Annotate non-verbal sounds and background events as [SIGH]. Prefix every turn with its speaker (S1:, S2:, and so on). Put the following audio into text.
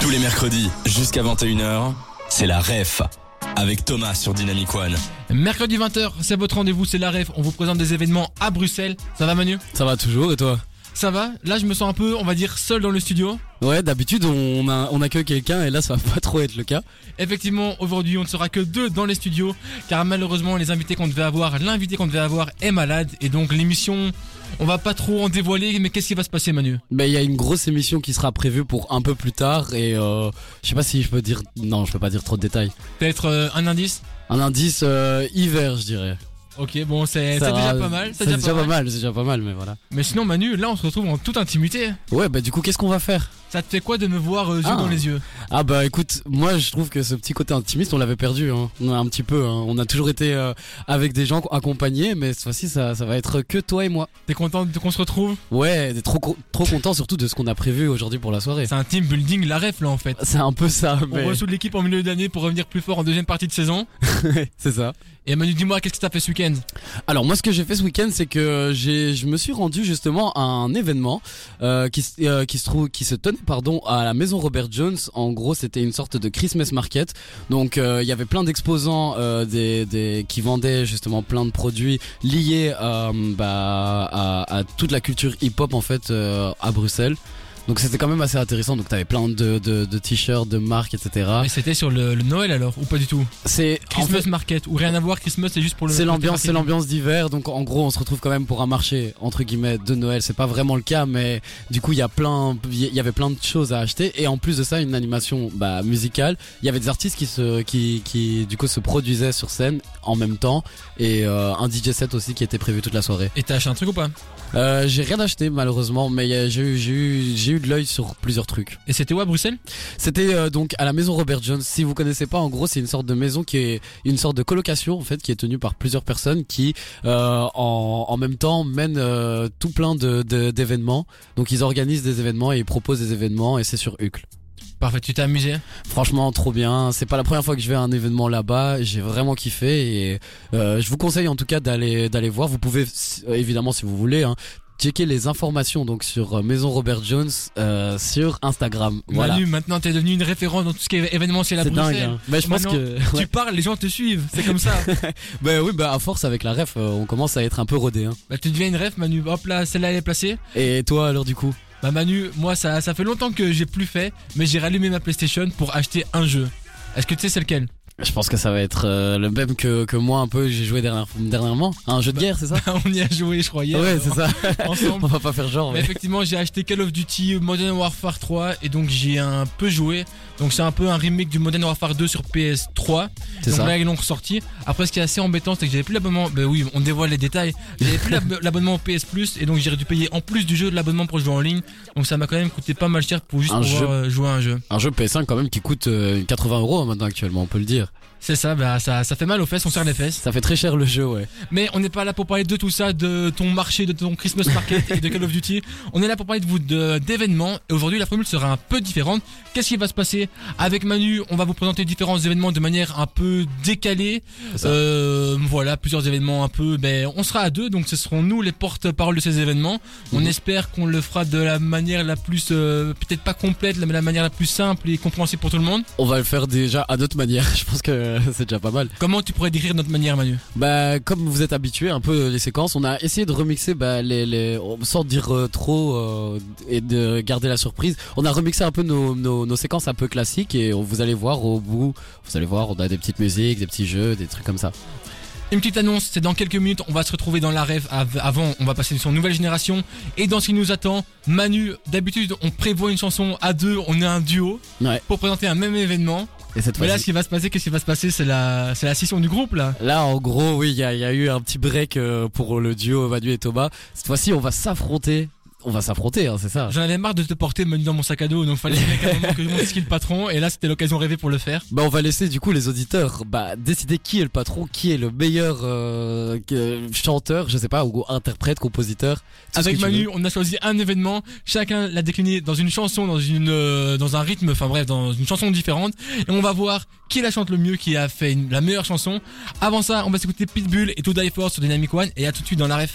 S1: Tous les mercredis, jusqu'à 21h, c'est la REF. Avec Thomas sur Dynamic One.
S2: Mercredi 20h, c'est votre rendez-vous, c'est la ref. On vous présente des événements à Bruxelles. Ça va Manu
S3: Ça va toujours et toi
S2: Ça va Là, je me sens un peu, on va dire, seul dans le studio.
S3: Ouais, d'habitude on, a- on accueille quelqu'un et là ça va [LAUGHS] pas trop être le cas.
S2: Effectivement, aujourd'hui, on ne sera que deux dans les studios, car malheureusement, les invités qu'on devait avoir, l'invité qu'on devait avoir est malade, et donc l'émission, on va pas trop en dévoiler, mais qu'est-ce qui va se passer, Manu
S3: Mais il y a une grosse émission qui sera prévue pour un peu plus tard et euh, je sais pas si je peux dire... Non, je peux pas dire trop de détails.
S2: Peut-être euh, un indice
S3: Un indice euh, hiver je dirais.
S2: Ok, bon, c'est
S3: Ça
S2: c'est déjà
S3: va-
S2: pas mal. c'est
S3: C'est Eh, déjà, pas mal, c'est déjà pas mal mais voilà.
S2: Mais sinon, Manu, là, on se retrouve en toute intimité.
S3: Ouais, bah du coup qu'est-ce qu'on va faire
S2: Ça te fait quoi de me voir euh, yeux
S3: Ah.
S2: dans les yeux
S3: Ah bah écoute, moi je trouve que ce petit côté intimiste on l'avait perdu hein. On a un petit peu. hein. On a toujours été euh, avec des gens accompagnés mais cette fois-ci ça, ça va être que toi et moi.
S2: T'es content de- qu'on se retrouve
S3: Ouais, trop, co- trop content surtout de ce qu'on a prévu aujourd'hui pour la soirée.
S2: C'est un team building, la ref, là, en fait.
S3: C'est un peu ça, mais
S2: On reçoit l'équipe en milieu d'année pour revenir plus fort en deuxième partie de saison.
S3: c'est ça.
S2: Et Manu, dis-moi, qu'est-ce que t'as fait ce week-end
S3: Alors moi, ce que j'ai fait ce week-end, c'est que j'ai, je me suis rendu justement à un événement euh, qui, se- euh, qui se trouve, qui se tenait pardon à la maison Robert Jones. En gros, c'était une sorte de Christmas market. Donc euh, il y avait plein d'exposants euh, des, des qui vendaient justement plein de produits liés euh, bah, à, à toute la culture hip-hop en fait euh, à Bruxelles. Donc c'était quand même assez intéressant. Donc t'avais plein de, de, de t-shirts, de marques, etc.
S2: Ah, Mais c'était sur le, le Noël alors, ou pas du tout
S3: C'est en
S2: Christmas
S3: fait,
S2: Market, ou rien à voir, Christmas c'est juste pour le.
S3: C'est l'ambiance, c'est
S2: marketing.
S3: l'ambiance d'hiver. Donc en gros, on se retrouve quand même pour un marché entre guillemets de Noël. C'est pas vraiment le cas, mais du coup, il y a plein, il y avait plein de choses à acheter. Et en plus de ça, une animation bah, musicale. Il y avait des artistes qui se, qui, qui du coup se produisaient sur scène en même temps et euh, un DJ set aussi qui était prévu toute la soirée.
S2: Et t'as acheté un truc ou pas
S3: Euh, j'ai rien acheté malheureusement, mais il y a- j'ai eu, j'ai eu, j'ai eu de l'œil sur plusieurs trucs.
S2: Et c'était où à Bruxelles
S3: C'était euh, donc à la maison Robert Jones. Si vous connaissez pas, en gros, c'est une sorte de maison qui est une sorte de colocation en fait, qui est tenue par plusieurs personnes qui, euh, en, en même temps, mènent euh, tout plein de de- d'événements. donc ils organisent des événements et ils proposent des événements et c'est sur Uccle.
S2: Parfait, tu t'es amusé.
S3: Franchement, trop bien. C'est pas la première fois que je vais à un événement là-bas. J'ai vraiment kiffé et euh, je vous conseille en tout cas d'aller d'aller voir. Vous pouvez si- euh, évidemment si vous voulez. Hein, Checker les informations donc sur euh, Maison Robert Jones euh, sur Instagram. Voilà.
S2: Manu, maintenant t'es devenu une référence dans tout ce qui est événementiel à
S3: C'est dingue.
S2: Bruxelles.
S3: hein. Mais je pense que
S2: Tu parles, les gens te suivent, c'est comme
S3: [LAUGHS]
S2: ça.
S3: Bah oui, bah à force avec la ref, euh, on commence à être un peu rodé. Hein.
S2: bah, tu deviens une ref, Manu. Hop là, celle-là elle est placée.
S3: Et toi alors du coup
S2: Bah, Manu, moi ça, ça fait longtemps que j'ai plus fait, mais j'ai rallumé ma PlayStation pour acheter un jeu. Est-ce que tu sais c'est lequel
S3: Je pense que ça va être euh, le même que, que moi un peu, j'ai joué dernière- dernièrement. Un jeu de guerre, c'est ça
S2: [LAUGHS] On y a joué, je croyais.
S3: [LAUGHS] Ouais, c'est ça.
S2: Ensemble.
S3: on va pas faire genre.
S2: Mais
S3: Mais...
S2: effectivement, j'ai acheté Call of Duty Modern Warfare 3 et donc j'ai un peu joué. Donc c'est un peu un remake du Modern Warfare 2 sur PS3.
S3: C'est
S2: donc
S3: ça.
S2: là ils l'ont ressorti. Après ce qui est assez embêtant, c'est que j'avais plus l'abonnement. Bah oui, on dévoile les détails. J'avais plus
S3: [LAUGHS]
S2: l'ab- l'abonnement au PS Plus et donc j'aurais dû payer en plus du jeu de l'abonnement pour jouer en ligne. Donc ça m'a quand même coûté pas mal cher pour juste
S3: Un
S2: pouvoir
S3: jeu.
S2: euh, jouer à un jeu.
S3: Un jeu PS5 quand même qui coûte euh, 80 euros maintenant actuellement, on peut le dire.
S2: C'est ça, bah ça, ça fait mal aux fesses, on serre les fesses.
S3: Ça fait très cher le jeu, ouais.
S2: Mais on n'est pas là pour parler de tout ça, de ton marché, de ton Christmas market et de Call of Duty. On est là pour parler de vous de- d'événements. Et aujourd'hui, la formule sera un peu différente. Qu'est-ce qui va se passer avec Manu On va vous présenter différents événements de manière un peu décalée.
S3: C'est ça.
S2: Euh, voilà, plusieurs événements un peu. Ben, on sera à deux, donc ce seront nous les porte-parole de ces événements. On
S3: Mhm.
S2: espère qu'on le fera de la manière la plus, euh, peut-être pas complète, mais la manière la plus simple et compréhensible pour tout le monde.
S3: On va le faire déjà à notre manière, [LAUGHS] je pense que euh, c'est déjà pas mal.
S2: Comment tu pourrais décrire notre manière, Manu
S3: Bah, comme vous êtes habitué un peu les séquences, on a essayé de remixer bah, les, les sans dire euh, trop euh, et de garder la surprise. On a remixé un peu nos, nos, nos séquences un peu classiques et on- vous allez voir au bout, vous allez voir, on a des petites musiques, des petits jeux, des trucs comme ça.
S2: Une petite annonce, c'est dans quelques minutes, on va se retrouver dans la rêve. Av- Avant, on va passer sur Nouvelle Génération. Et dans ce qui nous attend, Manu, d'habitude, on prévoit une chanson à deux, on est un duo
S3: Ouais.
S2: pour présenter un même événement.
S3: Et cette
S2: Mais là,
S3: fois-ci.
S2: ce qui va se passer, qu'est-ce qui va se passer C'est la, c'est la scission du groupe, là.
S3: Là, en gros, oui, il y a, il y a eu un petit break euh, pour le duo Manu et Thomas. Cette fois-ci, on va s'affronter. On va s'affronter, hein, c'est ça.
S2: J'en avais marre de te porter Manu dans mon sac à dos, donc
S3: [LAUGHS]
S2: fallait bien qu'à un moment que je montre ce qu'est le patron. Et là, c'était l'occasion rêvée pour le faire.
S3: Bah on va laisser du coup les auditeurs bah, décider qui est le patron, qui est le meilleur euh, euh, chanteur, je sais pas, ou interprète, compositeur. tout ce que
S2: Avec
S3: tu
S2: Manu,
S3: veux.
S2: on a choisi un événement. Chacun l'a décliné dans une chanson, dans une, euh, dans un rythme, enfin bref, dans une chanson différente. Et on va voir qui la chante le mieux, qui a fait une- la meilleure chanson. Avant ça, on va s'écouter Pitbull et To Die For sur Dynamic One. Et à tout de suite dans la ref.